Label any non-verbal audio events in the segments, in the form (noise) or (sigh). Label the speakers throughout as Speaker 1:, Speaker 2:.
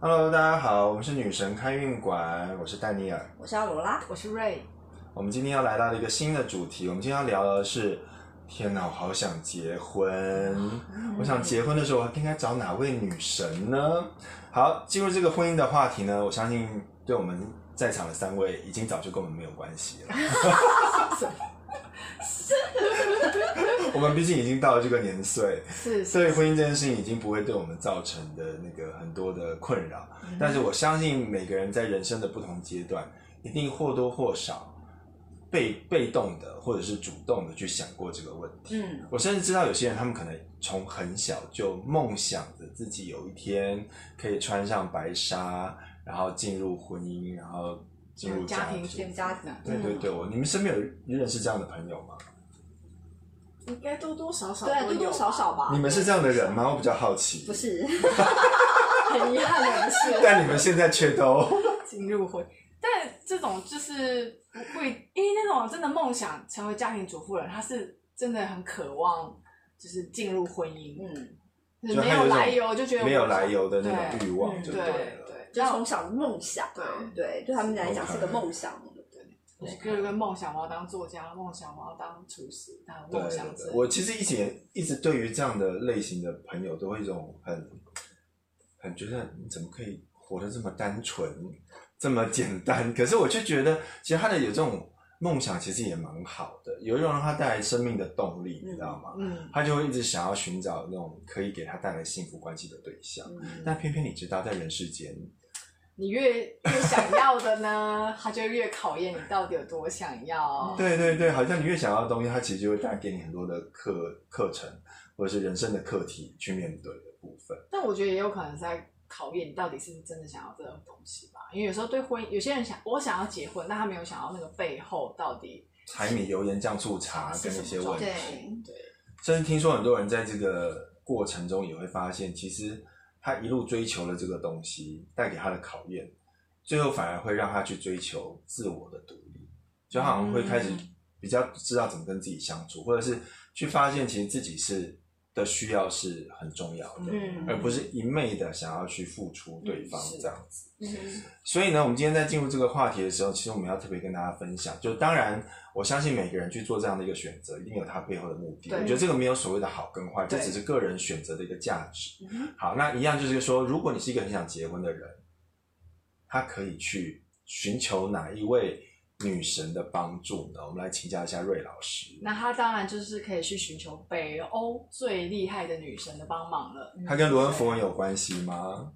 Speaker 1: Hello，大家好，我们是女神开运馆，我是丹尼尔。
Speaker 2: 我是阿罗拉，
Speaker 3: 我是 Ray，
Speaker 1: 我们今天要来到了一个新的主题，我们今天要聊的是，天哪，我好想结婚！ (laughs) 我想 (laughs) 结婚的时候，我应该找哪位女神呢？好，进入这个婚姻的话题呢，我相信对我们在场的三位已经早就跟我们没有关系了。我们毕竟已经到了这个年岁，
Speaker 3: 是
Speaker 1: 所以
Speaker 3: 是
Speaker 1: 婚姻这件事情已经不会对我们造成的那个很多的困扰， (laughs) 但是我相信每个人在人生的不同阶段，一定或多或少被被动的或者是主动的去想过这个问题。
Speaker 2: 嗯，
Speaker 1: 我甚至知道有些人，他们可能从很小就梦想着自己有一天可以穿上白纱，然后进入婚姻，然后进入
Speaker 3: 家
Speaker 1: 庭
Speaker 3: 庭。嗯建立
Speaker 2: 家庭啊
Speaker 1: 对对对，我你们身边有认识这样的朋友吗？
Speaker 3: 应该多多少少
Speaker 2: 对啊，
Speaker 3: 都
Speaker 2: 多
Speaker 3: 有
Speaker 2: 多少少吧
Speaker 1: 你。们是这样的人吗？我比较好奇。
Speaker 2: 不，是，
Speaker 3: 很遗憾的是
Speaker 1: 但你们现在却都。
Speaker 3: 进入婚， (laughs) 但这种就是不会，因为那种真的梦想成为家庭主妇的人，他是真的很渴望就是进入婚姻，
Speaker 2: 嗯，
Speaker 3: 就是
Speaker 1: 就
Speaker 3: 没
Speaker 1: 他有一种
Speaker 3: 来由就觉得
Speaker 1: 没有来
Speaker 3: 由，
Speaker 1: 由的那种欲望就
Speaker 3: 对
Speaker 2: 对
Speaker 1: 对了。
Speaker 3: 对，
Speaker 2: 就
Speaker 3: 然后
Speaker 2: 从小梦想啊，对，对他们来讲是
Speaker 1: 哦
Speaker 2: 个梦想，
Speaker 3: 就是有一个梦想，我要当作家，梦想我要当厨师，然后
Speaker 1: 对
Speaker 3: 梦想
Speaker 1: 对
Speaker 3: 之
Speaker 1: 对我其实以前一直对于这样的类型的朋友，都会一种很很觉得你怎么可以活得这么单纯，这么简单？可是我却觉得，其实他的有这种梦想，其实也蛮好的，有一种让他带来生命的动力，你知道吗？
Speaker 3: 嗯，
Speaker 1: 他就会一直想要寻找那种可以给他带来幸福关系的对象，
Speaker 2: 嗯，
Speaker 1: (laughs) 但偏偏你知道，在人世间，
Speaker 3: 你越越想要的呢，他就越考验你到底有多想要。
Speaker 1: 对对对，好像你越想要的东西，它其实就会带给你很多的课课程，或者是人生的课题去面对的部分。
Speaker 3: 但我觉得也有可能是在考验你到底是不是真的想要这种东西吧，因为有时候对婚姻，有些人想我想要结婚，但他没有想到那个背后到底
Speaker 1: 柴米油盐酱醋茶
Speaker 3: 是
Speaker 1: 跟
Speaker 3: 什
Speaker 1: 一
Speaker 3: 么
Speaker 1: 些
Speaker 3: 状
Speaker 1: 问
Speaker 3: 态
Speaker 1: 题，
Speaker 2: 题
Speaker 3: 对，
Speaker 1: 甚至听说很多人在这个过程中也会发现，其实他一路追求了这个东西带给他的考验，最后反而会让他去追求自我的独立，就他好像会开始
Speaker 3: 嗯
Speaker 1: 比较知道怎么跟自己相处，或者是去发现其实自己是的需要是很重要的，
Speaker 2: 嗯
Speaker 1: 而不是一昧的想要去付出对方
Speaker 3: 嗯是
Speaker 1: 这样子。
Speaker 2: 嗯
Speaker 1: 所以呢，我们今天在进入这个话题的时候，其实我们要特别跟大家分享，就当然，我相信每个人去做这样的一个选择，一定有他背后的目的。
Speaker 3: 对
Speaker 1: 我觉得这个没有所谓的好跟坏，这
Speaker 3: 对
Speaker 1: 只是个人选择的一个价值。
Speaker 2: 嗯
Speaker 1: 好，那一样就是说，如果你是一个很想结婚的人，他可以去寻求哪一位女神的帮助呢？我们来请教一下瑞老师。
Speaker 3: 那他当然就是可以去寻求北欧最厉害的女神的帮忙了。
Speaker 1: 他跟罗
Speaker 2: 哦
Speaker 1: 恩符文有关系吗？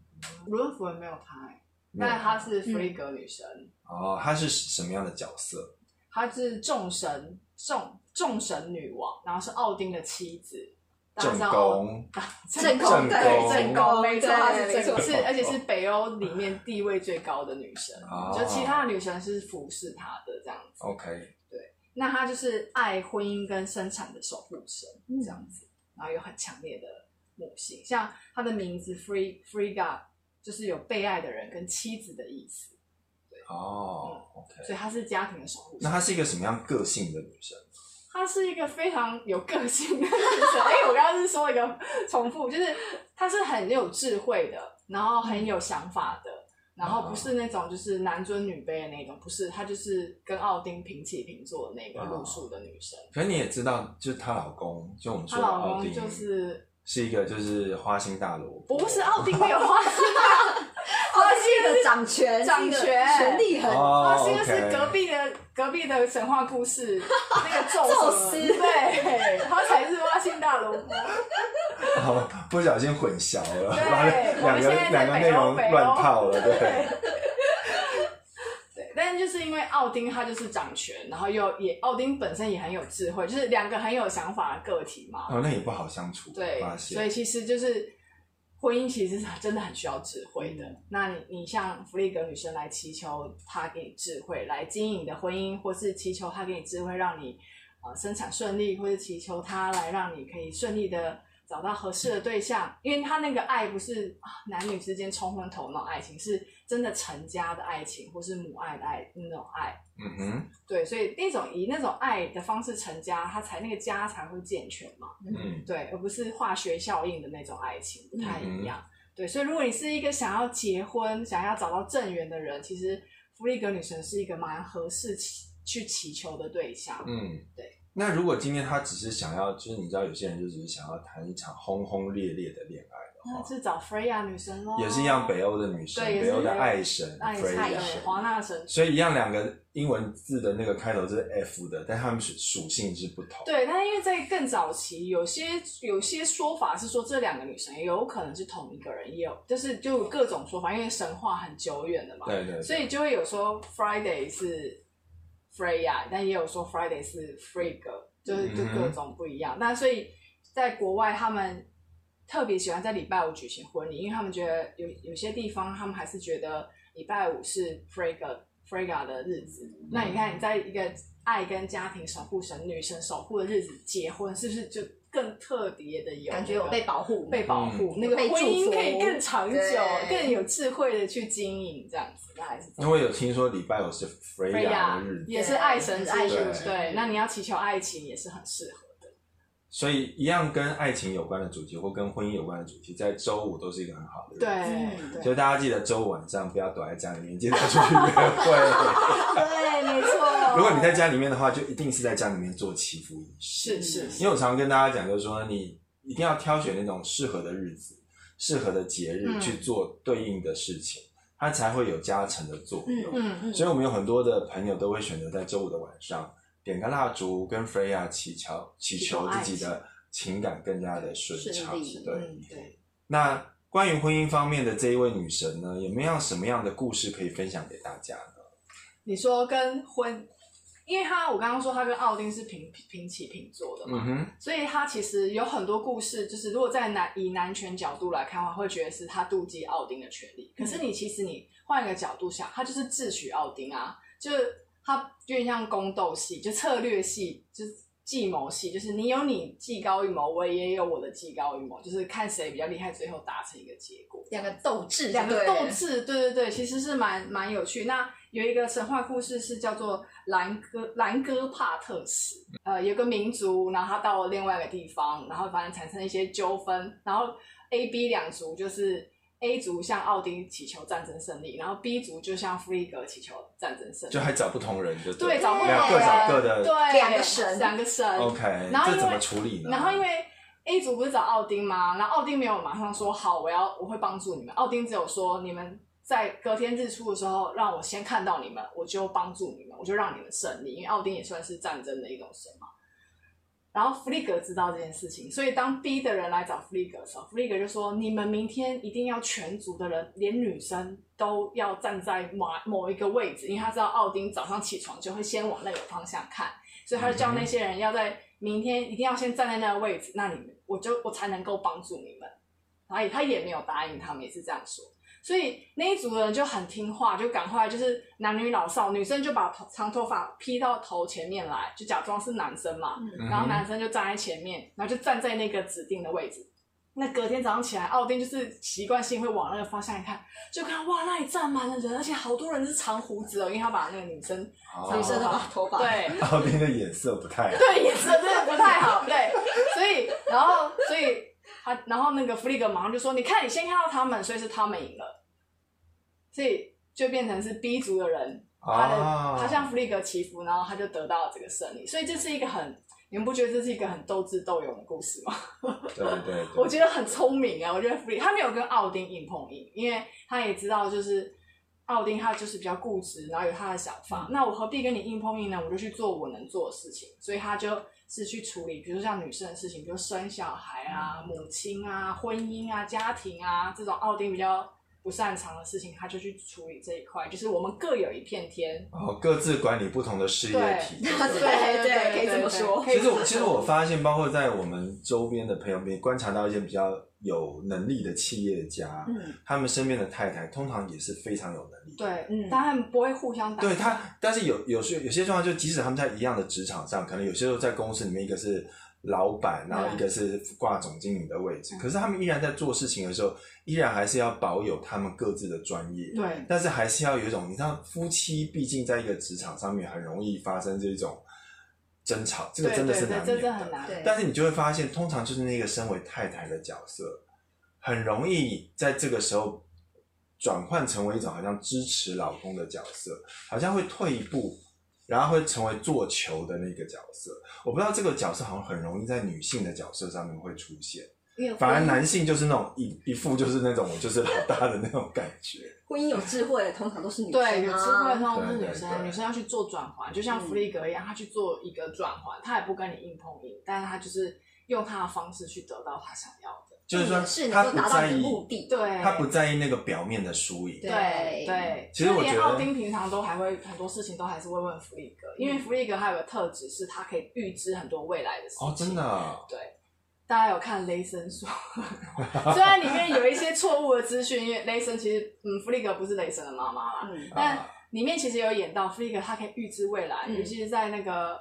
Speaker 3: 卢恩符文没有他、欸，
Speaker 1: 没有
Speaker 3: 但她是弗里格女神，
Speaker 1: 哦，他是什么样的角色？
Speaker 3: 她是众神众众神女王，然后是奥丁的妻子。大家
Speaker 1: 正
Speaker 3: 知道奥
Speaker 1: 宫，
Speaker 2: 正
Speaker 1: 宫
Speaker 2: 宫
Speaker 1: 对正
Speaker 3: 正宫，没错，她是
Speaker 2: 对
Speaker 3: 正宫，
Speaker 2: 没
Speaker 3: 哦是而且是北欧里面地位最高的女神，
Speaker 1: 哦
Speaker 3: 就其他的女神是服侍她的这样子。
Speaker 1: OK，
Speaker 3: 那她就是爱婚姻跟生产的守护神
Speaker 2: 嗯
Speaker 3: 这样子，然后有很强烈的母性，像她的名字 Free Free God 就是有被爱的人跟妻子的意思，
Speaker 1: 哦，OK。
Speaker 3: 所以她是家庭的守护
Speaker 1: 那
Speaker 3: 神。
Speaker 1: 她是一个什么样个性的女生？
Speaker 3: 她是一个非常有个性的女生。哎、我刚刚是说一个重复，就是她是很有智慧的，然后很有想法的，然后不是那种就是男尊女卑的那种，不是，她就是跟奥丁平起平坐的那个路数的女生。
Speaker 1: 哦可是你也知道，就是她老公，就我们
Speaker 3: 她
Speaker 1: 哦说的
Speaker 3: 老
Speaker 1: 奥
Speaker 3: 公
Speaker 1: 丁，
Speaker 3: 就是
Speaker 1: 是一个就是花心大萝卜，
Speaker 3: 不是奥丁没有花心
Speaker 2: 他是个掌权，
Speaker 3: 掌
Speaker 2: 是一个
Speaker 3: 权
Speaker 2: 权力很，
Speaker 1: 哦
Speaker 3: 啊，是因为是
Speaker 1: OK
Speaker 3: 隔
Speaker 1: (laughs)
Speaker 3: 壁的隔壁的神话故事那个
Speaker 2: (laughs)
Speaker 3: 宙
Speaker 2: 宙
Speaker 3: 斯，
Speaker 2: 斯
Speaker 3: 对，他才是挖心大萝卜。
Speaker 1: 哦不小心混淆了，
Speaker 3: 对
Speaker 1: 把
Speaker 3: 我
Speaker 1: 两
Speaker 3: 们
Speaker 1: 个
Speaker 3: 现在在
Speaker 1: 两个内
Speaker 3: 北欧
Speaker 1: 容
Speaker 3: 北欧
Speaker 1: 乱套了，对
Speaker 3: 对。对，但是就是因为奥丁他就是掌权，然后又也奥丁本身也很有智慧，就是两个很有想法的个体嘛。
Speaker 1: 哦，那也不好相处，
Speaker 3: 对
Speaker 1: 发，
Speaker 3: 所
Speaker 1: 现
Speaker 3: 以其实就是婚姻其实是真的很需要智慧的。
Speaker 1: 嗯
Speaker 3: 那你你像弗利格女生来祈求她给你智慧，来经营你的婚姻，或是祈求她给你智慧，让你呃生产顺利，或者祈求她来让你可以顺利的。找到合适的对象，因为她那个爱不是啊男女之间冲昏头脑爱情，是真的成家的爱情，或是母爱的爱那种爱。
Speaker 1: 嗯哼，
Speaker 3: 对，所以那种以那种爱的方式成家，他才那个家才会健全嘛。
Speaker 1: 嗯嗯
Speaker 3: 对，而不是化学效应的那种爱情，不太一样。对，所以如果你是一个想要结婚、想要找到正缘的人，其实弗利格女神是一个蛮合适祈去祈求的对象。
Speaker 1: 嗯，
Speaker 3: 对。
Speaker 1: 那如果今天他只是想要，就是你知道有些人就只是想要谈一场轰轰烈烈的恋爱的
Speaker 3: 那
Speaker 1: 话，
Speaker 3: 是找 Freya 女神喽，
Speaker 1: 也是一样北欧的女神，
Speaker 3: 哦对也是
Speaker 1: 北欧的爱神
Speaker 3: 爱神
Speaker 1: Freya
Speaker 3: 对呃华纳神。
Speaker 1: 所以一样两个英文字的那个开头就是 F 的，但它们属属性是不同。
Speaker 3: 对，但因为在更早期，有些有些说法是说这两个女神也有可能是同一个人，也有就是就有各种说法，因为神话很久远的嘛，
Speaker 1: 对对对
Speaker 3: 所以就会有说 Friday 是 Freya，但也有说 Friday 是 Frigg，就是就
Speaker 1: 嗯哼
Speaker 3: 各种不一样。那所以在国外，他们特别喜欢在礼拜五举行婚礼，因为他们觉得有有些地方他们还是觉得礼拜五是 Frigg Frigga 的日子。
Speaker 1: 嗯
Speaker 3: 那你看，你在一个爱跟家庭守护神、女神守护的日子结婚，是不是就更特别的有
Speaker 4: 感觉
Speaker 3: 那
Speaker 4: 有
Speaker 3: 个
Speaker 4: 被保护，
Speaker 3: 被保护，
Speaker 1: 嗯
Speaker 3: 那个
Speaker 4: 被祝
Speaker 3: 婚姻
Speaker 4: 福
Speaker 3: 可以更长久、
Speaker 4: 对
Speaker 3: 更有智慧的去经营，这样子，那还是
Speaker 1: 因为有听说礼拜五是 Freya 嗯的日子，
Speaker 3: 也是爱神之
Speaker 4: 对
Speaker 3: 日
Speaker 1: 爱神之日
Speaker 3: 对，那你要祈求爱情也是很适合的。
Speaker 1: 所以一样跟爱情有关的主题或跟婚姻有关的主题，在周五都是一个很好的日子。
Speaker 3: 对，对
Speaker 1: 所以大家记得周五晚上不要躲在家里面，记得出去约
Speaker 3: (laughs)
Speaker 1: 会。
Speaker 4: 对，没错。
Speaker 1: 如果你在家里面的话，就一定是在家里面做祈福仪式。
Speaker 3: 是是
Speaker 1: 因
Speaker 3: 是，
Speaker 1: 为我常跟大家讲，就是说你一定要挑选那种适合的日子、适合的节日
Speaker 3: 嗯
Speaker 1: 去做对应的事情，它才会有加成的作用。
Speaker 3: 嗯嗯，
Speaker 1: 所以我们有很多的朋友都会选择在周五的晚上点个蜡烛，跟 Freya 祈求祈求自己的情感更加的顺畅
Speaker 4: 顺利。
Speaker 1: 对，
Speaker 3: 嗯对，
Speaker 1: 那关于婚姻方面的这一位女神呢，有没有什么样的故事可以分享给大家呢？
Speaker 3: 你说跟婚，因为他我刚刚说他跟奥丁是平平起平坐的嘛，
Speaker 1: 嗯哼，
Speaker 3: 所以他其实有很多故事，就是如果在男以男权角度来看的话，会觉得是他妒忌奥丁的权利。可是你其实你换一个角度想，他就是智取奥丁啊，就是他有点像宫斗戏，就策略戏，就是计谋戏，就是你有你技高一谋，我也有我的技高一谋，就是看谁比较厉害，最后达成一个结果。
Speaker 4: 两个斗志，
Speaker 3: 两个
Speaker 4: 对
Speaker 3: 斗，志，对对对，其实是蛮蛮有趣。那有一个神话故事是叫做兰哥兰哥帕特斯，呃，有个民族，然后他到了另外一个地方，然后反正产生一些纠纷，然后 A、B 两族就是 A 族向奥丁祈求战争胜利，然后 B 族就向弗利格祈求战争胜利，
Speaker 1: 就还找不同人就
Speaker 3: 对
Speaker 1: 了
Speaker 3: 找不同
Speaker 1: 两个找各
Speaker 3: 人，
Speaker 1: 的。
Speaker 3: 对
Speaker 4: 两个神
Speaker 3: 两个神
Speaker 1: OK，
Speaker 3: 然后因
Speaker 1: 这
Speaker 3: 为
Speaker 1: 怎么处理呢？
Speaker 3: 然后因为 A 组不是找奥丁吗？然后奥丁没有马上说好，我要我会帮助你们。奥丁只有说你们在隔天日出的时候让我先看到你们，我就帮助你们，我就让你们胜利，因为奥丁也算是战争的一种神嘛。然后弗利格知道这件事情，所以当 B 的人来找弗利格的时候，弗利格就说：“你们明天一定要全族的人，连女生都要站在某某一个位置，因为他知道奥丁早上起床就会先往那个方向看，所以他就叫那些人要在明天一定要先站在那个位置，那你们我就我才能够帮助你们。”然后他也没有答应他们，也是这样说。所以那一组人就很听话，就赶快就是男女老少，女生就把头长头发披到头前面来，就假装是男生嘛。
Speaker 1: 嗯
Speaker 3: 然后男生就站在前面，然后就站在那个指定的位置。那隔天早上起来，奥丁就是习惯性会往那个方向一看，就看哇，那里站满了人，而且好多人是长胡子哦，因为他把那个女生
Speaker 1: 哦
Speaker 4: 女
Speaker 1: (laughs)
Speaker 4: 生的把头发，
Speaker 3: 对
Speaker 1: 奥丁的眼色不太好。
Speaker 3: (laughs) 对眼神真的不太好，对，所以然后所以他然后那个弗利格马上就说，你看你先看到他们，所以是他们赢了，所以就变成是 B 族的人他的、
Speaker 1: 啊
Speaker 3: 他向弗利格祈福，然后他就得到了这个胜利，所以这是一个很。你们不觉得这是一个很斗智斗勇的故事吗？
Speaker 1: 对对对，
Speaker 3: 我觉得很聪明啊！我觉得弗利他没有跟奥丁硬碰硬，因为他也知道就是奥丁他就是比较固执，然后有他的想法。那我何必跟你硬碰硬呢？我就去做我能做的事情。所以他就是去处理，比如说像女生的事情，比如生小孩啊、母亲啊、婚姻啊、家庭啊这种奥丁比较不擅长的事情，他就去处理这一块。就是我们各有一片天。
Speaker 1: 哦，各自管理不同的事业
Speaker 3: (laughs)
Speaker 1: 体。
Speaker 4: 对可以这么说
Speaker 3: 可以
Speaker 1: 其实
Speaker 3: 这么
Speaker 1: 我
Speaker 3: 说
Speaker 1: 其实我发现，包括在我们周边的朋友边观察到一些比较有能力的企业家，
Speaker 4: 嗯，
Speaker 1: 他们身边的太太通常也是非常有能力的。
Speaker 3: 对，
Speaker 4: 嗯
Speaker 3: 当然不会互相打。
Speaker 1: 对他，但是有有些有些状况，就即使他们在一样的职场上，可能有些时候在公司里面，一个是老板，然后一个是挂总经理的位置，
Speaker 3: 嗯
Speaker 1: 可是他们依然在做事情的时候，依然还是要保有他们各自的专业。
Speaker 3: 对
Speaker 1: 但是还是要有一种，你知道，夫妻毕竟在一个职场上面很容易发生这种争吵，这个
Speaker 3: 对
Speaker 1: 真的是
Speaker 3: 对
Speaker 1: 难
Speaker 3: 对
Speaker 1: 免
Speaker 2: 嗯
Speaker 3: 这真的很
Speaker 1: 的。
Speaker 3: 难。
Speaker 4: 对
Speaker 1: 但是你就会发现，通常就是那个身为太太的角色，很容易在这个时候转换成为一种好像支持老公的角色，好像会退一步，然后会成为做球的那个角色。我不知道这个角色好像很容易在女性的角色上面会出现，
Speaker 4: 因为
Speaker 1: 反而男性就是那种一一副就是那种我就是老大的那种感觉。
Speaker 2: 婚姻有智慧的通常都是女生啊，
Speaker 3: 对，有智慧的通常都
Speaker 1: 对
Speaker 3: 是女
Speaker 1: 对
Speaker 3: 生，
Speaker 1: 对
Speaker 3: 女生要去做转环，就像
Speaker 2: 嗯
Speaker 3: 弗利格一样，她去做一个转环，她也不跟你硬碰硬，但是她就是用她的方式去得到她想要的。
Speaker 1: 就是说
Speaker 4: 嗯是
Speaker 1: 他
Speaker 4: 能够
Speaker 1: 不
Speaker 4: 达到
Speaker 1: 在
Speaker 4: 你的
Speaker 1: 意，
Speaker 4: 目的，
Speaker 3: 对，
Speaker 1: 他不在意那个表面的输赢。
Speaker 4: 对
Speaker 3: 对对，
Speaker 1: 其实我觉得
Speaker 3: 就连奥丁平常都还会很多事情都还是会问弗利格，因
Speaker 2: 嗯
Speaker 3: 为弗利格他有个特质是他可以预知很多未来的事情。
Speaker 1: 哦，真的啊、
Speaker 3: 对，大家有看雷森说， (laughs) 虽然里面有一些错误的资讯，因为雷森其实，嗯，弗利格不是雷森的妈妈啦，
Speaker 2: 嗯，
Speaker 3: 但里面其实有演到弗利格，她可以预知未来，
Speaker 2: 嗯
Speaker 3: 尤其是在那个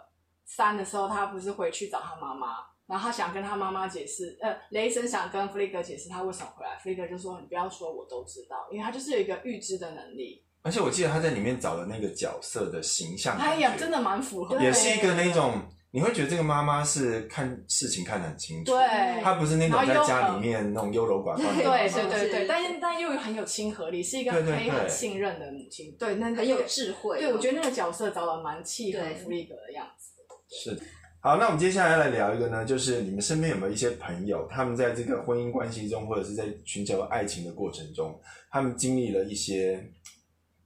Speaker 3: 三的时候，她不是回去找她妈妈，然后她想跟她妈妈解释，呃，雷神想跟弗利格解释她为什么回来，弗利格就说你不要说我都知道，因为她就是有一个预知的能力，
Speaker 1: 而且我记得他在里面找的那个角色的形象，
Speaker 3: 哎呀，真的蛮符合的，
Speaker 1: 也是一个那种，你会觉得这个妈妈是看事情看得很清楚，
Speaker 3: 对，
Speaker 1: 她不是那种
Speaker 3: 然后
Speaker 1: 在
Speaker 3: 又
Speaker 1: 家里面那种优柔寡断的妈妈，
Speaker 3: 对对对对，
Speaker 4: 是
Speaker 3: 但是但又很有亲和力，是一个
Speaker 1: 对对
Speaker 3: 可以
Speaker 1: 对
Speaker 3: 很信任的母亲。对，那
Speaker 2: 很有智慧。
Speaker 3: 对，我觉得那个角色找的蛮契合
Speaker 2: 对
Speaker 3: 弗利格的样子。
Speaker 1: 是。好，那我们接下来来聊一个呢，就是你们身边有没有一些朋友，他们在这个婚姻关系中，或者是在寻求爱情的过程中，他们经历了一些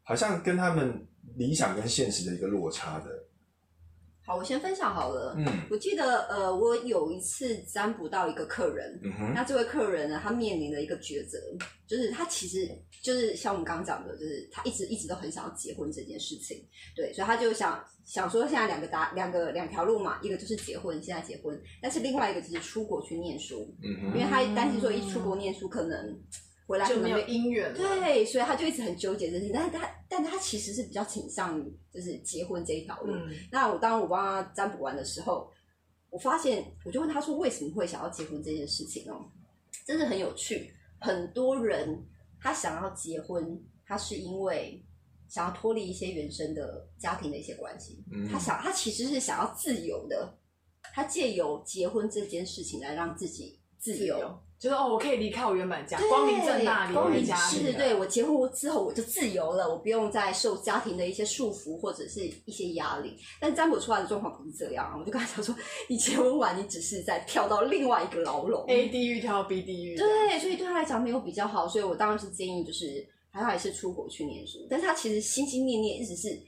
Speaker 1: 好像跟他们理想跟现实的一个落差的，
Speaker 2: 好，我先分享好了。
Speaker 1: 嗯
Speaker 2: 我记得呃，我有一次占卜到一个客人，
Speaker 1: 嗯哼，
Speaker 2: 那这位客人呢，他面临了一个抉择，就是他其实就是像我们刚刚讲的，就是他一直一直都很想要结婚这件事情，对，所以他就想想说，现在两个答两个两条路嘛，一个就是结婚，现在结婚，但是另外一个就是出国去念书，
Speaker 1: 嗯
Speaker 2: 因
Speaker 1: 哼，
Speaker 2: 为他担心说一出国念书可能回来可
Speaker 3: 就
Speaker 2: 能
Speaker 3: 没
Speaker 2: 没
Speaker 3: 有姻缘了，
Speaker 2: 对，所以他就一直很纠结这件事，但是他但他其实是比较倾向于就是结婚这一条路，
Speaker 3: 嗯，
Speaker 2: 那我当我帮他占卜完的时候，我发现我就问他说为什么会想要结婚这件事情哦，真的很有趣。很多人他想要结婚，他是因为想要脱离一些原生的家庭的一些关系，
Speaker 1: 嗯
Speaker 2: 他想他其实是想要自由的，他借由结婚这件事情来让自己自由。
Speaker 3: 就是哦，我可以离开我原本家，
Speaker 2: 对
Speaker 3: 光明正大离
Speaker 2: 光
Speaker 3: 开
Speaker 2: 明
Speaker 3: 家
Speaker 1: 是
Speaker 3: 里。
Speaker 2: 是对我结婚之后我就自由了，我不用再受家庭的一些束缚或者是一些压力。但占卜出来的状况不是这样啊，我就跟他讲说，你结婚完你只是在跳到另外一个牢笼。
Speaker 3: A 地狱跳到 B 地狱，
Speaker 2: 对，所以对他来讲没有比较好，所以我当然是建议就是还好还是出国去念书，但是他其实心心念念一直是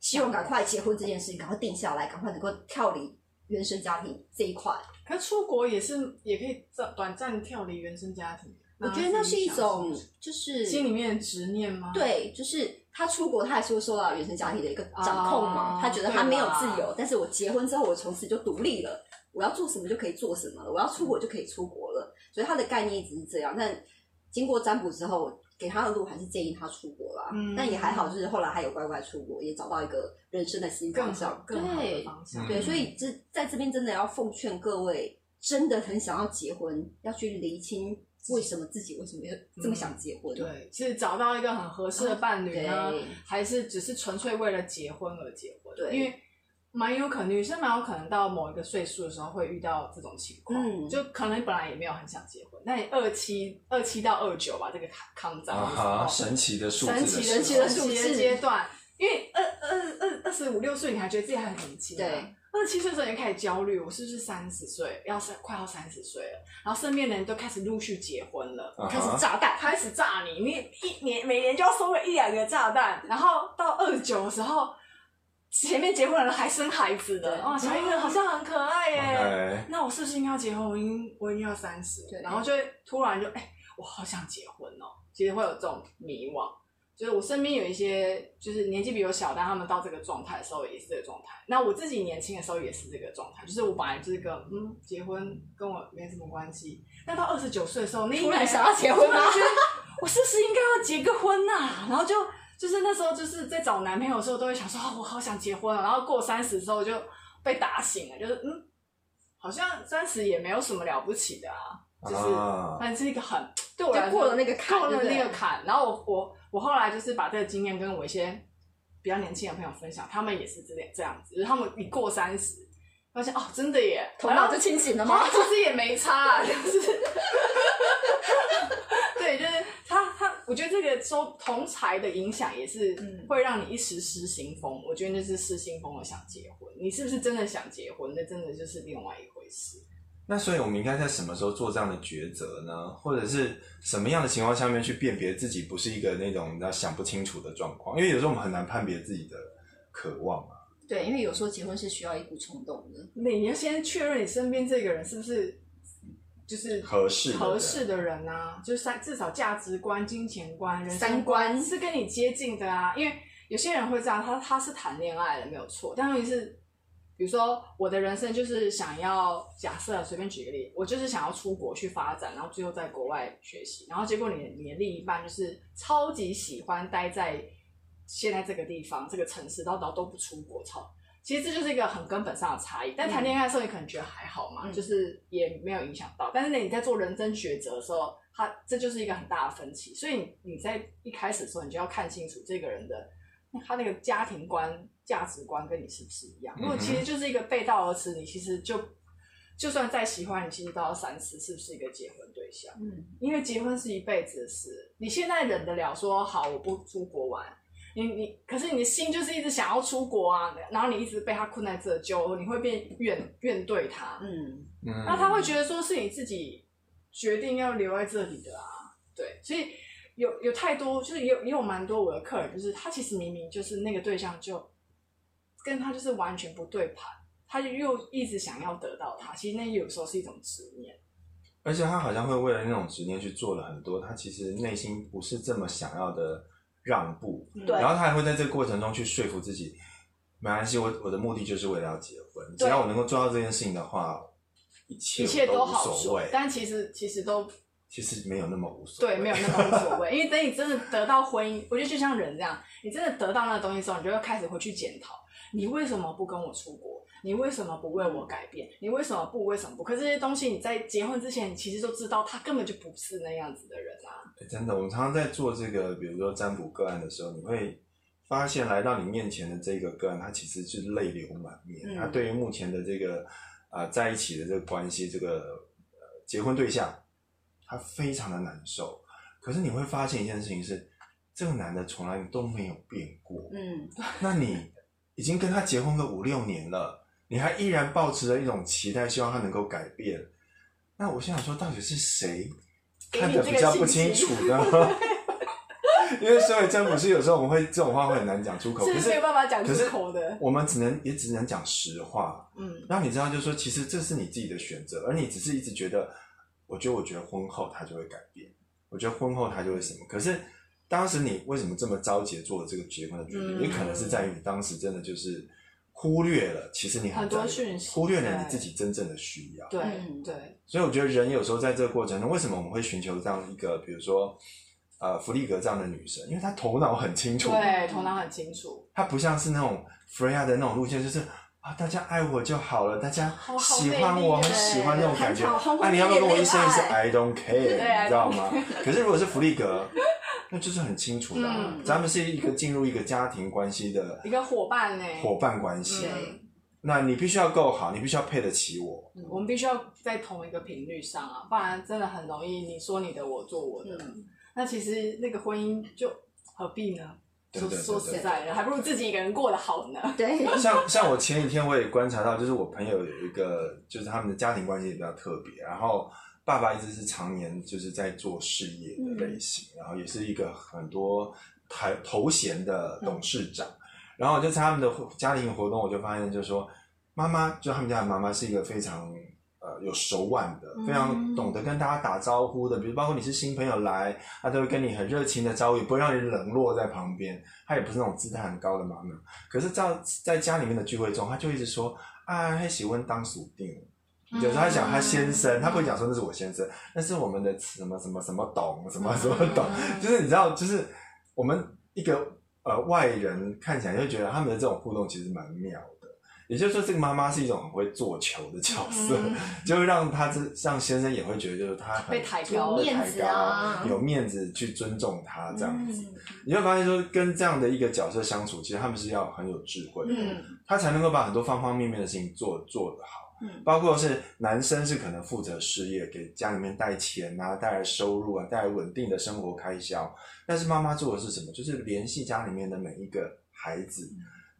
Speaker 2: 希望赶快结婚这件事情赶快定下来，赶快能够跳离原生家庭这一块。
Speaker 3: 可是出国也是也可以暂短暂跳离原生家庭。
Speaker 2: 我觉得那是一种
Speaker 3: 那是
Speaker 2: 就是
Speaker 3: 啊心里面的执念吗？，
Speaker 2: 对，就是他出国，他还是会受到原生家庭的一个掌控嘛。
Speaker 3: 哦
Speaker 2: 他觉得他没有自
Speaker 3: 对
Speaker 2: 由，但是我结婚之后，我从此就独立了，我要做什么就可以做什么了，我要出国就可以出国了。所以他的概念一直是这样。但经过占卜之后，给他的路还是建议他出国啦。
Speaker 3: 嗯
Speaker 2: 但也还好，就是后来他有乖乖出国，也找到一个人生的新方
Speaker 3: 更好
Speaker 2: 向。
Speaker 3: 更好的
Speaker 2: 对
Speaker 3: 方向。
Speaker 2: 对，
Speaker 1: 嗯
Speaker 2: 所以这在这边真的要奉劝各位，真的很想要结婚，要去厘清为什么自己为什么要这么想结婚。
Speaker 3: 对，是找到一个很合适的伴侣呢
Speaker 2: 对，
Speaker 3: 还是只是纯粹为了结婚而结婚？
Speaker 2: 对
Speaker 3: 因为蛮有可能，女生蛮有可能到某一个岁数的时候会遇到这种情况，
Speaker 2: 嗯
Speaker 3: 就可能本来也没有很想结婚，那你二七二七到二九吧，这个康康长
Speaker 1: 啊
Speaker 3: 的时候
Speaker 1: 哈，神奇的数字
Speaker 3: 神
Speaker 1: 的
Speaker 3: 奇
Speaker 1: 时
Speaker 3: 的
Speaker 1: 候
Speaker 3: 奇的
Speaker 2: 数
Speaker 3: 奇的
Speaker 2: 字
Speaker 3: 阶段，因为二二二二十五六岁，你还觉得自己还很年轻、啊，
Speaker 2: 对。
Speaker 3: 二十七岁的时候你就开始焦虑，我是不是三十岁，要三快要三十岁了？然后身边的人都开始陆续结婚了，
Speaker 1: 啊哈
Speaker 2: 开始炸弹。
Speaker 3: 开始炸你，你一年每年就要收个一两个炸弹，然后到二十九的时候，前面结婚的人还生孩子的，
Speaker 2: 对
Speaker 3: 哦，小婴儿好像很可爱耶。
Speaker 1: OK，
Speaker 3: 那我是不是应该要结婚？我已经我已经要三十
Speaker 2: 对，
Speaker 3: 然后就会突然就哎、我好想结婚哦。其实会有这种迷惘，就是我身边有一些就是年纪比我小，但他们到这个状态的时候也是这个状态。那我自己年轻的时候也是这个状态，就是我本来就是个嗯，结婚跟我没什么关系。但到二十九岁的时候，那一
Speaker 2: 突然
Speaker 3: 年
Speaker 2: 想要结婚吗
Speaker 3: 突然觉得我是不是应该要结个婚呐、然后就就是那时候就是在找男朋友的时候，都会想说、哦、我好想结婚啊。然后过三十之后就被打醒了，就是嗯，好像三十也没有什么了不起的啊，就是、
Speaker 1: 啊，
Speaker 3: 但是一个很对我来说
Speaker 2: 就过了那个坎
Speaker 3: 过了
Speaker 2: 对不对
Speaker 3: 那个坎。然后我我我后来就是把这个经验跟我一些比较年轻的朋友分享，他们也是这样这样子，就是他们一过三十，发现哦，真的耶，哦
Speaker 4: 头脑就清醒了
Speaker 3: 好
Speaker 4: 吗 (laughs)
Speaker 3: 像？其实也没差、啊，就是对，就是他他，我觉得这个收同财的影响也是
Speaker 4: 嗯
Speaker 3: 会让你一时失心疯。我觉得那是失心疯了想结婚，你是不是真的想结婚？那真的就是另外一回事。
Speaker 1: 那所以我们应该在什么时候做这样的抉择呢？或者是什么样的情况下面去辨别自己不是一个那种你知道想不清楚的状况？因为有时候我们很难判别自己的渴望啊嘛。
Speaker 2: 对，因为有时候结婚是需要一股冲动的。
Speaker 3: 你要先确认你身边这个人是不是就是
Speaker 1: 合适的人
Speaker 3: 合适的人啊，就是三至少价值观、金钱观、人生
Speaker 2: 三观
Speaker 3: 是跟你接近的啊。因为有些人会这样，他他是谈恋爱了没有错，但问题是，比如说我的人生就是想要假设随便举个例，我就是想要出国去发展，然后最后在国外学习，然后结果你的你的另一半就是超级喜欢待在现在这个地方这个城市，到到都不出国，超其实这就是一个很根本上的差异。但谈恋爱的时候，你可能觉得还好嘛，
Speaker 4: 嗯
Speaker 3: 就是也没有影响到。但是呢，你在做人生抉择的时候，它这就是一个很大的分歧。所以你你在一开始的时候，你就要看清楚这个人的他那个家庭观、价值观跟你是不是一样。如果
Speaker 1: 嗯哼
Speaker 3: 其实就是一个背道而驰，你其实就就算再喜欢，你其实都要三思是不是一个结婚对象。
Speaker 4: 嗯，
Speaker 3: 因为结婚是一辈子的事，你现在忍得了说好我不出国玩，你你可是你的心就是一直想要出国啊，然后你一直被他困在这就你会变怨怨对他，
Speaker 2: 嗯，
Speaker 1: 嗯，
Speaker 3: 那他会觉得说是你自己决定要留在这里的啊，对，所以有有太多就是也有也有蛮多我的客人，就是他其实明明就是那个对象就跟他就是完全不对盘，他就又一直想要得到他，其实那有时候是一种执念。
Speaker 1: 而且他好像会为了那种执念去做了很多他其实内心不是这么想要的让步，
Speaker 3: 嗯
Speaker 4: 对
Speaker 1: 然后他还会在这个过程中去说服自己，没关系，我我的目的就是为了要结婚，只要我能够做到这件事情的话，一切
Speaker 3: 一切
Speaker 1: 都
Speaker 3: 都
Speaker 1: 无
Speaker 3: 好
Speaker 1: 所
Speaker 3: 说
Speaker 1: 谓，。
Speaker 3: 但其实其实都
Speaker 1: 其实没有那么无所谓，
Speaker 3: 对，没有那么无所
Speaker 1: (laughs)
Speaker 3: 谓。因为等你真的得到婚姻，我觉得就像人这样，你真的得到那个东西之后，你就会开始会去检讨，你为什么不跟我出国？你为什么不为我改变？你为什么不为什么不？可是这些东西你在结婚之前，你其实都知道，他根本就不是那样子的人啊。
Speaker 1: 欸真的，我们常常在做这个，比如说占卜个案的时候，你会发现来到你面前的这个个案，他其实是泪流满面。
Speaker 2: 嗯
Speaker 1: 他对于目前的这个啊、呃在一起的这个关系，这个呃结婚对象，他非常的难受。可是你会发现一件事情是，这个男的从来都没有变过。
Speaker 2: 嗯，
Speaker 1: 那你已经跟他结婚个五六年了，你还依然抱持着一种期待，希望他能够改变。那我心想说，到底是谁
Speaker 3: 给你
Speaker 1: 看得比较不清楚呢？ (laughs) 因为身为占卜师，有时候我们会这种话会很难讲出口，可
Speaker 3: (laughs) 是没有办法讲出
Speaker 1: 可是
Speaker 3: 口的
Speaker 1: 我们只能也只能讲实话，
Speaker 3: 嗯，
Speaker 1: 让你知道，就是说，其实这是你自己的选择，而你只是一直觉得，我觉得，我觉得婚后他就会改变，我觉得婚后他就会什么。可是当时你为什么这么着急做了这个结婚的决定？
Speaker 3: 嗯
Speaker 1: 也可能是在于你当时真的就是忽略了，其实你
Speaker 3: 很多
Speaker 1: 在意
Speaker 3: 讯息
Speaker 1: 忽略了你
Speaker 3: 对
Speaker 1: 自己真正的需要。
Speaker 3: 对
Speaker 2: 嗯
Speaker 3: 对，
Speaker 1: 所以我觉得人有时候在这个过程中，为什么我们会寻求这样一个，比如说，呃，弗利格这样的女生，因为她头脑很清楚，
Speaker 3: 对，头脑很清楚。
Speaker 1: 它不像是那种 Freya 的那种路线，就是啊，大家爱我就好了，大家
Speaker 3: 好好
Speaker 1: 喜欢我，
Speaker 3: 美丽
Speaker 1: 很喜欢那种感觉。
Speaker 2: 很好很会
Speaker 1: 啊，你要不要跟我一生一世
Speaker 2: 恋
Speaker 1: ？I don't care，
Speaker 3: I
Speaker 1: 你知道
Speaker 3: (laughs)
Speaker 1: 吗？可是如果是弗利格，那就是很清楚的、啊，
Speaker 3: 嗯
Speaker 1: 咱们是一个进入一个家庭关系的
Speaker 3: 一个伙伴呢、嗯
Speaker 1: 伙伴关系。
Speaker 2: 对，
Speaker 1: 那你必须要够好，你必须要配得起我。
Speaker 3: 我们必须要在同一个频率上啊，不然真的很容易你说你的，我做我
Speaker 2: 嗯
Speaker 3: 的。那其实那个婚姻就何必呢？
Speaker 1: 对
Speaker 3: 说
Speaker 1: 对对
Speaker 3: 说
Speaker 1: 对
Speaker 3: 实在的，还不如自己一个人过得好呢。
Speaker 1: (laughs)
Speaker 2: 对，
Speaker 1: 像像我前几天我也观察到，就是我朋友有一个，就是他们的家庭关系也比较特别，然后爸爸一直是常年就是在做事业的类型，然后也是一个很多台头衔的董事长，然后我就参加他们的活家庭活动，我就发现就是说，妈妈就他们家的妈妈是一个非常。呃，有手腕的，非常懂得跟大家打招呼的，比如包括你是新朋友来，她都会跟你很热情的招呼，也不会让你冷落在旁边。她也不是那种姿态很高的妈妈，可是在在家里面的聚会中，他就一直说啊，他喜欢当属定。有时候他讲他先生，他不会讲说那是我先生，那是我们的什么什么什么董，什啊么什么董，
Speaker 3: 嗯
Speaker 1: 就是你知道，就是我们一个呃外人看起来就觉得他们的这种互动其实蛮妙的。也就是说，这个妈妈是一种很会做球的角色，
Speaker 3: 嗯
Speaker 1: (laughs) 就会让他这让先生也会觉得就是他很
Speaker 3: 被抬高
Speaker 1: 被
Speaker 2: 有面
Speaker 1: 抬
Speaker 2: 子
Speaker 1: 高，
Speaker 2: 啊
Speaker 1: 有面子去尊重他这样子。
Speaker 4: 嗯
Speaker 1: 你会发现说，跟这样的一个角色相处，其实他们是要很有智慧的，
Speaker 3: 嗯，
Speaker 1: 他才能够把很多方方面面的事情做做得好。
Speaker 2: 嗯
Speaker 1: 包括是男生是可能负责事业，给家里面带钱啊，带来收入啊，带来稳定的生活开销。但是妈妈做的是什么？就是联系家里面的每一个孩子，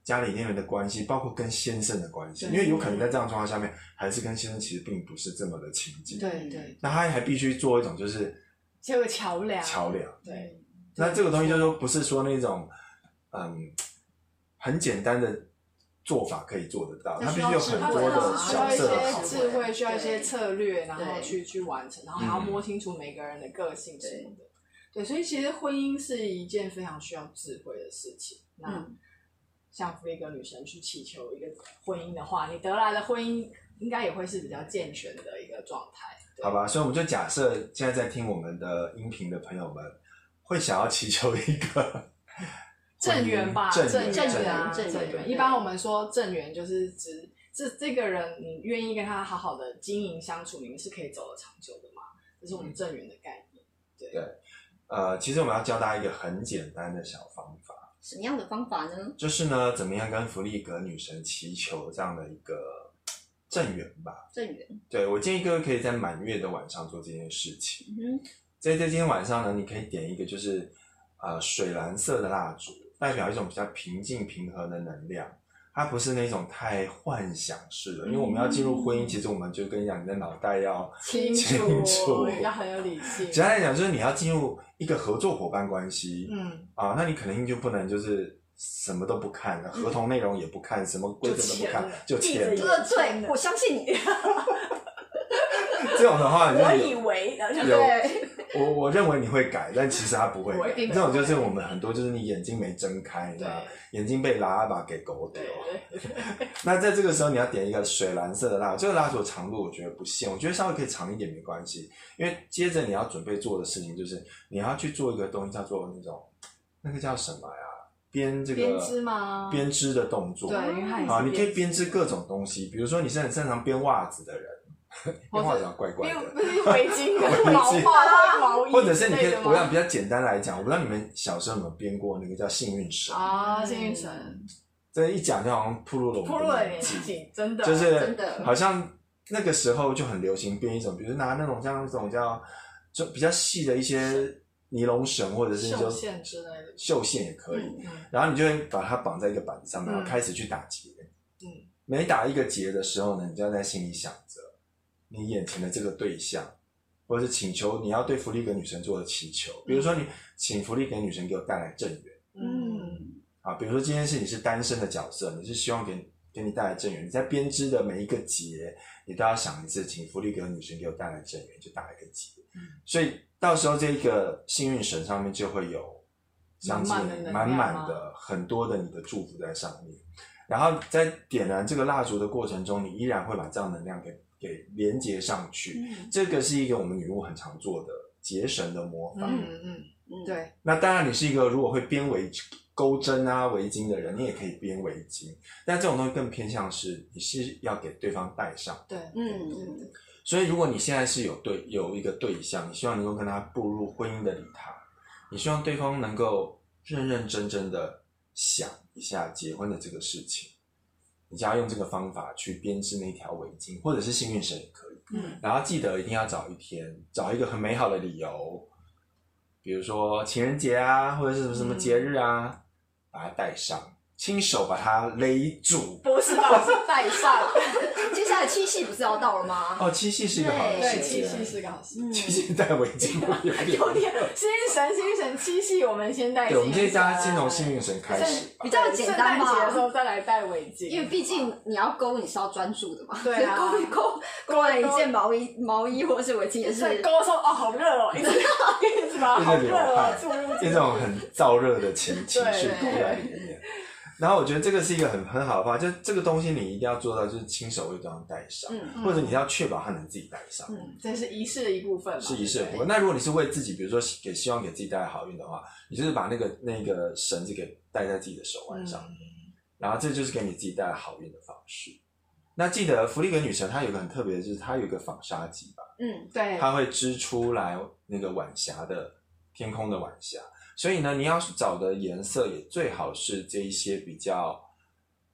Speaker 1: 家里面人的关系，包括跟先生的关系，
Speaker 3: 嗯对嗯
Speaker 1: 因为有可能在这样的状况下面，孩子跟先生其实并不是这么的亲近。
Speaker 3: 对对，
Speaker 1: 那他还必须做一种就是
Speaker 3: 这个桥梁，
Speaker 1: 桥梁。
Speaker 3: 对，
Speaker 1: 那这个东西就是说，不是说那种嗯很简单的做法可以做得到，
Speaker 2: 那
Speaker 1: 它必须
Speaker 2: 需要
Speaker 1: 有
Speaker 2: 智
Speaker 1: 很
Speaker 3: 他
Speaker 2: 慧
Speaker 1: 多
Speaker 3: 真
Speaker 1: 的
Speaker 3: 的需
Speaker 1: 小
Speaker 3: 要一
Speaker 1: 设
Speaker 3: 些
Speaker 1: 考
Speaker 3: 智
Speaker 1: 量。
Speaker 3: 慧，需要一些
Speaker 2: 对
Speaker 3: 策略，然后
Speaker 2: 对
Speaker 3: 去去完成，然后
Speaker 1: 嗯
Speaker 3: 还要摸清楚每个人的个性什么的。对，所以其实婚姻是一件非常需要智慧的事情。那
Speaker 2: 嗯
Speaker 3: 像弗利格女神去祈求一个婚姻的话，你得来的婚姻应该也会是比较健全的一个状态。对
Speaker 1: 好吧，所以我们就假设现在在听我们的音频的朋友们，会想要祈求一个
Speaker 3: (laughs) 正缘吧，
Speaker 1: 正
Speaker 3: 正
Speaker 2: 正
Speaker 1: 缘
Speaker 2: 缘
Speaker 3: 啊，
Speaker 2: 正
Speaker 3: 正
Speaker 2: 缘
Speaker 3: 缘。
Speaker 2: 对
Speaker 3: 一般我们说正缘就是指这这个人，你愿意跟他好好的经营相处，你们是可以走得长久的嘛？这是我
Speaker 1: 嗯
Speaker 3: 们正缘的概念。
Speaker 1: 呃，其实我们要教大家一个很简单的小方法，
Speaker 2: 什么样的方法呢？
Speaker 1: 就是呢，怎么样跟弗利格女神祈求这样的一个正缘吧。
Speaker 2: 正缘，
Speaker 1: 对我建议各位可以在满月的晚上做这件事情。
Speaker 2: 嗯哼，
Speaker 1: 在在今天晚上呢，你可以点一个就是呃水蓝色的蜡烛，代表一种比较平静平和的能量。它不是那种太幻想式的，因为我们要进入婚
Speaker 3: 嗯
Speaker 1: 姻，其实我们就跟你讲，你的脑袋要
Speaker 3: 清
Speaker 1: 清楚
Speaker 3: 楚， (laughs) 要很有理性。
Speaker 1: 简单来讲，就是你要进入一个合作伙伴关系，
Speaker 3: 嗯，
Speaker 1: 啊，那你肯定就不能就是什么都不看，合同内容也不看，什么规则都不看，就签
Speaker 3: 闭着
Speaker 1: 了。
Speaker 3: 眼
Speaker 2: 呃，对，我相信你，
Speaker 1: 这种的话，你就
Speaker 2: 我
Speaker 1: 有
Speaker 2: 以为，然后
Speaker 1: 有，我我认为你会改，但其实他不会
Speaker 3: 我
Speaker 1: 改
Speaker 3: 一。定
Speaker 1: 这
Speaker 3: 不
Speaker 1: 种就
Speaker 3: 会
Speaker 1: 是我们很多就是你眼睛没睁开，
Speaker 3: 对
Speaker 1: 那眼睛被拉把给狗丢
Speaker 3: 对。对，
Speaker 1: 那在这个时候，你要点一个水蓝色的蜡烛，这个蜡烛的长度我觉得不限，我觉得稍微可以长一点没关系，因为接着你要准备做的事情就是你要去做一个东西，叫做那种那个叫什么呀？编这个
Speaker 3: 编织吗
Speaker 1: 编织的动作，
Speaker 3: 对，因为它也是
Speaker 1: 啊，你可以编织各种东西，比如说你是很擅长编袜子的人， (laughs) 编袜子要怪怪
Speaker 3: 编
Speaker 1: 的。
Speaker 3: 不是围
Speaker 1: (laughs)
Speaker 3: 巾跟毛
Speaker 1: 围巾
Speaker 3: 袜、毛衣
Speaker 1: 或者是你可
Speaker 3: 之
Speaker 1: 以
Speaker 3: 类的，吗
Speaker 1: 我想比较简单来讲，我不知道你们小时候有没有编过那个叫幸运绳，
Speaker 3: 啊，幸运神，
Speaker 1: 这一讲就好像哦铺路了我
Speaker 3: 铺
Speaker 1: 们
Speaker 3: 路
Speaker 1: 的
Speaker 3: 的
Speaker 1: 年
Speaker 3: 年
Speaker 1: 纪
Speaker 3: 纪，真的
Speaker 1: 嗯就是
Speaker 2: 真的
Speaker 1: 好像那个时候就很流行编一种，比如拿那种像那种叫就比较细的一些尼龙绳或者是
Speaker 3: 绣线之类的
Speaker 1: 绣线也可以，
Speaker 2: 嗯
Speaker 3: 嗯
Speaker 1: 然后你就会把它绑在一个板子上面，
Speaker 3: 嗯
Speaker 1: 然后开始去打结。
Speaker 3: 嗯，
Speaker 1: 每打一个结的时候呢，你就要在心里想着你眼前的这个对象，或者是请求你要对弗利格女神做的祈求，比如说你请弗利格女神给我带来正缘
Speaker 3: 嗯，
Speaker 1: 啊，比如说今天是你是单身的角色，你是希望给给你带来正缘，你在编织的每一个结，你都要想一次，请弗利格女神给我带来正缘，就打一个结。
Speaker 3: 嗯
Speaker 1: 所以到时候这个幸运绳上面就会有相信
Speaker 3: 满满的能量
Speaker 1: 满
Speaker 3: 吗
Speaker 1: 满的很多的你的祝福在上面。然后在点燃这个蜡烛的过程中，你依然会把这样的能量给给连接上去。
Speaker 2: 嗯
Speaker 1: 这个是一个我们女巫很常做的结绳的魔法。
Speaker 3: 嗯嗯，
Speaker 2: 嗯，
Speaker 3: 对，
Speaker 1: 那当然，你是一个如果会编围钩针啊、围巾的人，你也可以编围巾。但这种东西更偏向是你是要给对方戴上。
Speaker 3: 对，
Speaker 2: 嗯嗯，
Speaker 1: 所以，如果你现在是有对有一个对象，你希望能够跟他步入婚姻的礼堂，你希望对方能够认认真真的想一下结婚的这个事情，你就要用这个方法去编织那条围巾，或者是幸运绳也可以。
Speaker 3: 嗯，
Speaker 1: 然后记得一定要找一天，找一个很美好的理由，比如说情人节啊，或者是什么什么节日啊，
Speaker 3: 嗯
Speaker 1: 把它带上，亲手把它勒住。
Speaker 3: 不
Speaker 2: (laughs)
Speaker 3: 是吧？是带上，
Speaker 2: 接下来七夕不是要到了吗？
Speaker 1: 哦，七夕是一个好的
Speaker 3: 对，
Speaker 1: 事
Speaker 3: 七
Speaker 1: 情。
Speaker 3: 夕是个好事。
Speaker 2: 嗯，
Speaker 1: 七夕戴围巾会有点
Speaker 3: (laughs) 有点新神，新神七夕，我们先带
Speaker 1: 对，
Speaker 3: 新神。
Speaker 1: 我们可以大家先从幸运神开始吧
Speaker 2: 比。较简单
Speaker 3: 圣诞节的时
Speaker 2: 吧，
Speaker 3: 候再来戴围巾，
Speaker 2: 因为毕竟你要勾，你是要专注的嘛，
Speaker 3: 对啊
Speaker 2: 勾一勾， (laughs) 勾了一件毛衣、毛衣或是围巾也是
Speaker 3: 在勾的时候哦，好热哦，一直 (laughs) 一直把它好热哦注入
Speaker 1: 一种很燥热的情情绪
Speaker 3: 对
Speaker 1: 勾在里面。然后我觉得这个是一个很很好的方法，就是这个东西你一定要做到，就是亲手为对方戴上，
Speaker 2: 嗯
Speaker 1: 或者你要确保他能自己戴上，
Speaker 3: 嗯这是仪式的一部分嘛，
Speaker 1: 是仪式的
Speaker 3: 对
Speaker 1: 部分。那如果你是为自己，比如说给希望给自己带来好运的话，你就是把那个那个绳子给戴在自己的手腕上，
Speaker 3: 嗯
Speaker 1: 然后这就是给你自己带来好运的方式。那记得弗利格女神她有个很特别的，就是她有一个纺纱机吧。
Speaker 2: 嗯
Speaker 3: 对，
Speaker 1: 它会织出来那个晚霞的天空的晚霞。所以呢，你要是找的颜色也最好是这一些比较，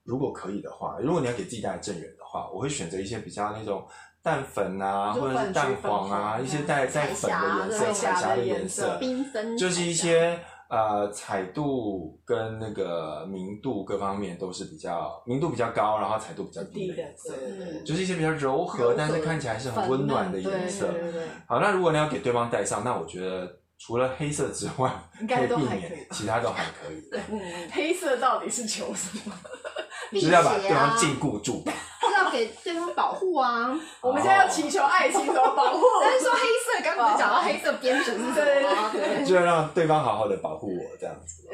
Speaker 1: 如果可以的话，如果你要给自己带来正缘的话，我会选择一些比较那种淡粉啊，
Speaker 3: 就
Speaker 1: 或者是
Speaker 3: 粉
Speaker 1: 淡
Speaker 3: 橘粉
Speaker 1: 黄啊，
Speaker 3: 红
Speaker 1: 一些带带
Speaker 2: 彩
Speaker 1: 粉
Speaker 2: 霞
Speaker 1: 的颜色，
Speaker 3: 对
Speaker 1: 彩
Speaker 3: 彩霞
Speaker 1: 霞
Speaker 3: 的
Speaker 1: 的
Speaker 3: 颜
Speaker 1: 颜
Speaker 3: 色
Speaker 1: 色，
Speaker 2: 缤纷
Speaker 1: 就是一
Speaker 2: 彩
Speaker 1: 些呃彩度跟那个明度各方面都是比较明度比较高，然后彩度比较低
Speaker 3: 低
Speaker 1: 的
Speaker 3: 的
Speaker 1: 颜色，
Speaker 3: 对
Speaker 1: 就是一些比较柔
Speaker 2: 柔
Speaker 1: 和，
Speaker 2: 和
Speaker 1: 但是看起来是很温暖的颜色
Speaker 3: 粉嫩。对对对对
Speaker 1: 好，那如果你要给对方戴上，那我觉得除了黑色之外，
Speaker 3: (laughs) 应该都
Speaker 1: 可以避
Speaker 3: 还可以
Speaker 1: 免，其他都还可以。
Speaker 2: 嗯，
Speaker 3: 黑色到底是求什么？
Speaker 1: (laughs)
Speaker 2: 辟
Speaker 1: 就是
Speaker 2: 邪
Speaker 1: 要把对方
Speaker 2: 啊，
Speaker 1: 禁锢住吧。
Speaker 2: 是要给对方保护啊。
Speaker 1: 哦
Speaker 3: 我们现在要祈求爱情怎么保护？
Speaker 4: (laughs) 但是说黑色，刚刚不是讲到黑色边绳是什么
Speaker 2: 哦
Speaker 4: 吗？ (laughs) 对
Speaker 1: (laughs) 就要让对方好好的保护我，这样子，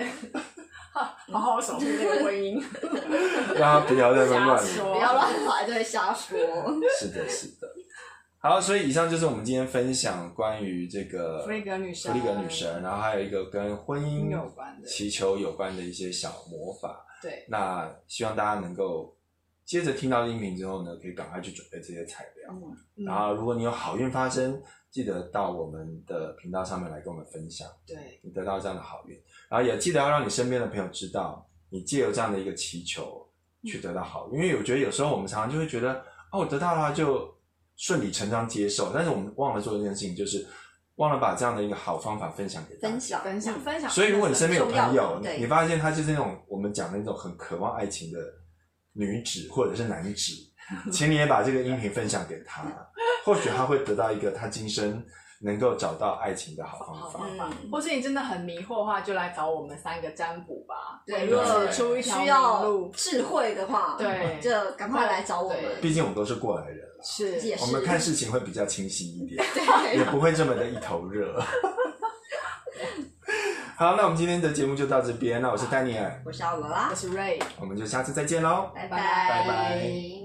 Speaker 3: 好好守护这个婚姻，
Speaker 1: 让他不要再乱乱
Speaker 3: 瞎
Speaker 1: 了。
Speaker 3: 说
Speaker 2: 不要乱来，对，
Speaker 4: (laughs)
Speaker 2: 瞎说。
Speaker 1: 是的，是的。好，所以以上就是我们今天分享关于这个
Speaker 3: 弗利格女神
Speaker 1: 弗利格女神，然后还有一个跟婚姻
Speaker 3: 有关的
Speaker 1: 祈求有关的一些小魔法。
Speaker 3: 对，
Speaker 1: 那希望大家能够接着听到音频之后呢，可以赶快去准备这些材料。
Speaker 3: 嗯
Speaker 1: 然后，如果你有好运发生，记得到我们的频道上面来跟我们分享。
Speaker 3: 对
Speaker 1: 你得到这样的好运，然后也记得要让你身边的朋友知道，你借由这样的一个祈求去得到好运，因为我觉得有时候我们常常就会觉得，哦，我得到了就顺理成章接受，但是我们忘了做一件事情，就是忘了把这样的一个好方法分享给大
Speaker 2: 分
Speaker 1: 家。
Speaker 2: 享
Speaker 3: 分享分享。
Speaker 1: 所以，如果你身边有朋
Speaker 2: 很重要
Speaker 1: 友
Speaker 2: 的，对
Speaker 1: 你发现他就是那种我们讲的那种很渴望爱情的女子或者是男
Speaker 2: (laughs)
Speaker 1: 子，请你也把这个音频分享给他，或许他会得到一个他今生能够找到爱情的好
Speaker 3: 好
Speaker 1: 方法。
Speaker 3: 哦方法
Speaker 2: 嗯，
Speaker 3: 或是你真的很迷惑的话，就来找我们三个占卜吧。
Speaker 2: 对
Speaker 3: 如果
Speaker 1: 对
Speaker 3: 指出一条
Speaker 2: 需
Speaker 3: 明
Speaker 2: 要
Speaker 3: 路，
Speaker 2: 智慧的话，
Speaker 3: 对
Speaker 2: 就赶快来找我们。
Speaker 3: 对
Speaker 1: 毕竟我们都是过来人了，
Speaker 3: 是
Speaker 2: 也是
Speaker 1: 我们看事情会比较清晰一点，也
Speaker 2: (laughs) 对，啊
Speaker 1: 不会这么的一头热。 (laughs) 好，那我们今天的节目就到这边。那我是丹尼尔，
Speaker 2: 我是奥罗拉
Speaker 3: 我，是 Ray。
Speaker 1: 我们就下次再见喽。
Speaker 2: 拜
Speaker 3: 拜
Speaker 1: 拜